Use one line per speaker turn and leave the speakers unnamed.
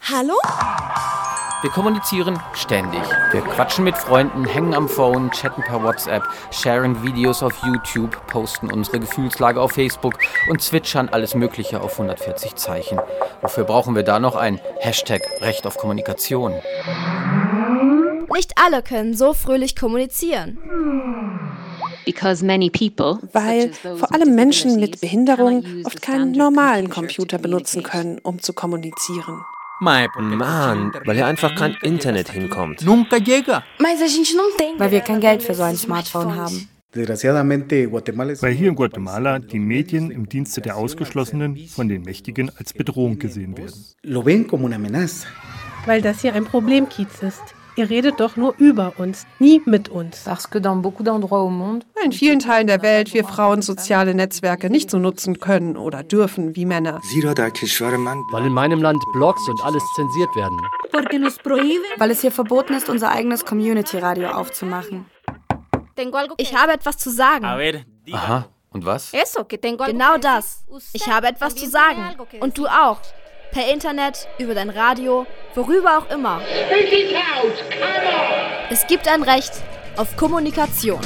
Hallo?
Wir kommunizieren ständig. Wir quatschen mit Freunden, hängen am Phone, chatten per WhatsApp, sharen Videos auf YouTube, posten unsere Gefühlslage auf Facebook und zwitschern alles Mögliche auf 140 Zeichen. Wofür brauchen wir da noch ein Hashtag Recht auf Kommunikation?
Nicht alle können so fröhlich kommunizieren.
because many people,
weil vor allem Menschen mit Behinderung oft keinen normalen Computer benutzen können, um zu kommunizieren.
Mann, weil hier einfach kein Internet hinkommt.
Nunca llega.
weil wir kein Geld für so ein Smartphone haben.
Desgraciadamente, Guatemala es-
Weil hier in Guatemala die Medien im Dienste der Ausgeschlossenen von den Mächtigen als Bedrohung gesehen werden.
lo ven como una amenaza.
weil das hier ein Problemkiez ist. Ihr redet doch nur über uns, nie mit uns.
Parce que dans beaucoup d'endroits au monde,
In vielen Teilen der Welt wir Frauen soziale Netzwerke nicht so nutzen können oder dürfen wie Männer.
Weil in meinem Land Blogs und alles zensiert werden.
weil es hier verboten ist, unser eigenes Community-Radio aufzumachen.
Ich habe etwas zu sagen.
Aha, und was?
Genau das. Ich habe etwas zu sagen. Und du auch. Per Internet, über dein Radio, worüber auch immer. Es gibt ein Recht auf Kommunikation.